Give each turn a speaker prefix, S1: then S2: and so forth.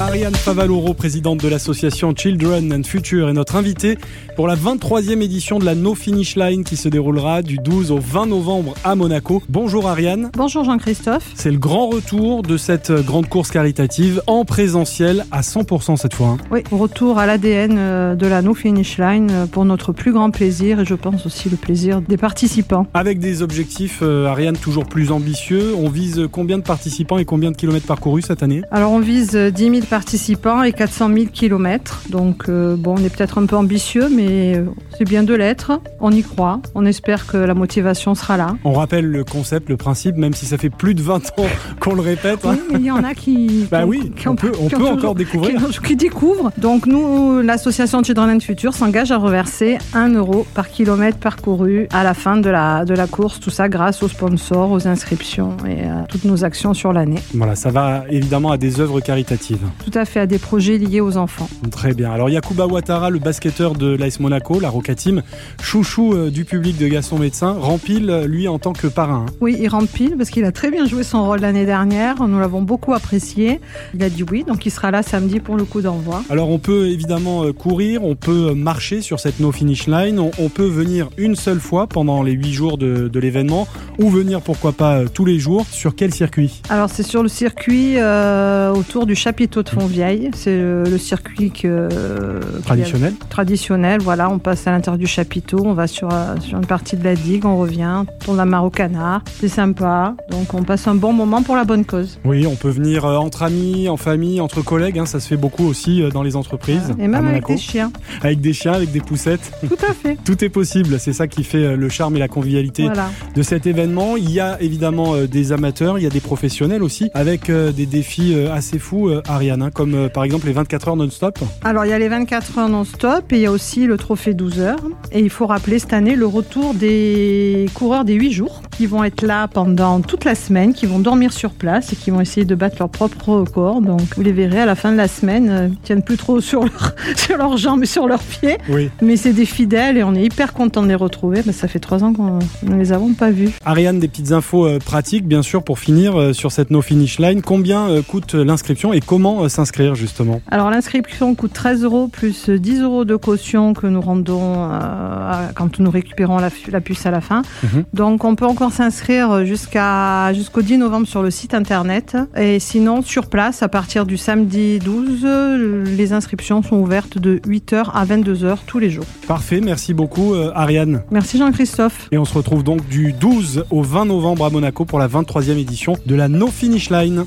S1: Ariane Favaloro, présidente de l'association Children and Future, est notre invitée pour la 23e édition de la No Finish Line qui se déroulera du 12 au 20 novembre à Monaco. Bonjour Ariane,
S2: Bonjour Jean-Christophe.
S1: c'est le grand retour de cette grande course caritative en présentiel à 100% cette fois. hein.
S2: Oui, retour à l'ADN euh, de la No Finish Line euh, pour notre plus grand plaisir et je pense aussi le plaisir des participants.
S1: Avec des objectifs, euh, Ariane, toujours plus ambitieux, on vise combien de participants et combien de kilomètres parcourus cette année
S2: Alors on vise euh, 10 000 participants et 400 000 kilomètres. Donc euh, bon, on est peut-être un peu ambitieux, mais euh, c'est bien de l'être. On y croit. On espère que la motivation sera là.
S1: On rappelle le concept, le principe, même si ça fait plus de 20 ans qu'on le répète. hein.
S2: Oui, mais il y en a qui.
S1: Bah
S2: qui-
S1: oui,
S2: qui ont
S1: on peut, on
S2: qui
S1: peut
S2: ont toujours-
S1: encore
S2: qui,
S1: découvrir.
S2: qui découvrent. Donc nous, l'association Children and Future s'engage à reverser 1 euro par kilomètre parcouru à la fin de la, de la course, tout ça grâce aux sponsors, aux inscriptions et à toutes nos actions sur l'année.
S1: Voilà, ça va évidemment à des œuvres caritatives.
S2: Tout à fait à des projets liés aux enfants.
S1: Très bien. Alors Yakuba Ouattara, le basketteur de l'AS Monaco, la Roca Team, chouchou euh, du public de Gaston Médecin, rempile euh, lui en tant que parrain. hein.
S2: Oui, il rempile parce qu'il a très bien joué son rôle l'année dernière, nous l'avons beaucoup apprécié. Il a dit oui, donc il sera là samedi pour le coup d'envoi.
S1: Alors on peut évidemment euh, courir, on peut euh, marcher sur cette no finish line, on, on peut venir une seule fois pendant les huit jours de, de l'événement, ou venir pourquoi pas euh, tous les jours. Sur quel circuit
S2: Alors c'est sur le circuit euh, autour du chapiteau de Fontvieille, c'est le, le circuit que, qu'il y a-
S1: Traditionnel
S2: traditionnel. Voilà, on passe à l'intérieur du chapiteau, on va sur, euh, sur une partie de la digue, on revient, on tourne la mare au canard, c'est sympa. Donc on passe un bon moment pour la bonne cause.
S1: Oui, on peut venir euh, entre amis, en famille, entre collègues, hein, ça se fait beaucoup aussi euh, dans les entreprises.
S2: Et même
S1: à
S2: avec
S1: Monaco.
S2: des chiens.
S1: avec des chiens, avec des poussettes.
S2: Tout à fait.
S1: Tout est possible, c'est ça qui fait euh, le charme et la convivialité
S2: voilà.
S1: de cet événement. Il y a évidemment euh, des amateurs, il y a des professionnels aussi, avec euh, des défis euh, assez fous, euh, Ariane, hein, comme euh, par exemple les 24 heures non-stop.
S2: Alors il y a les 24 heures non-stop et il y a aussi le trophée 12 heures. Et il faut rappeler cette année le retour des coureurs des 8 jours qui vont être là pendant toute la semaine, qui vont dormir sur place et qui vont essayer de battre leur propre record. Donc vous les verrez à la fin de la semaine, euh, ils tiennent plus trop sur, leur- sur leurs jambes et sur leurs pieds.
S1: Oui.
S2: Mais c'est des fidèles et on est hyper content de les retrouver. Mais ça fait trois ans qu'on ne les avons pas vus.
S1: Ariane, des petites infos euh, pratiques, bien sûr, pour finir euh, sur cette no finish line. Combien euh, coûte l'inscription et comment euh, s'inscrire, justement
S2: Alors l'inscription coûte 13 euros plus 10 euros de caution que nous rendons euh, à- quand nous récupérons la, fu- la puce à la fin.
S1: Mhm.
S2: Donc on peut encore s'inscrire jusqu'à jusqu'au 10 novembre sur le site internet. Et sinon sur place, à partir du samedi 12, euh, les inscriptions sont ouvertes de 8h à 22h tous les jours.
S1: Parfait, merci beaucoup, euh, Ariane.
S2: Merci Jean-Christophe.
S1: Et on se retrouve donc du 12 au 20 novembre à Monaco pour la 23e édition de la No Finish Line.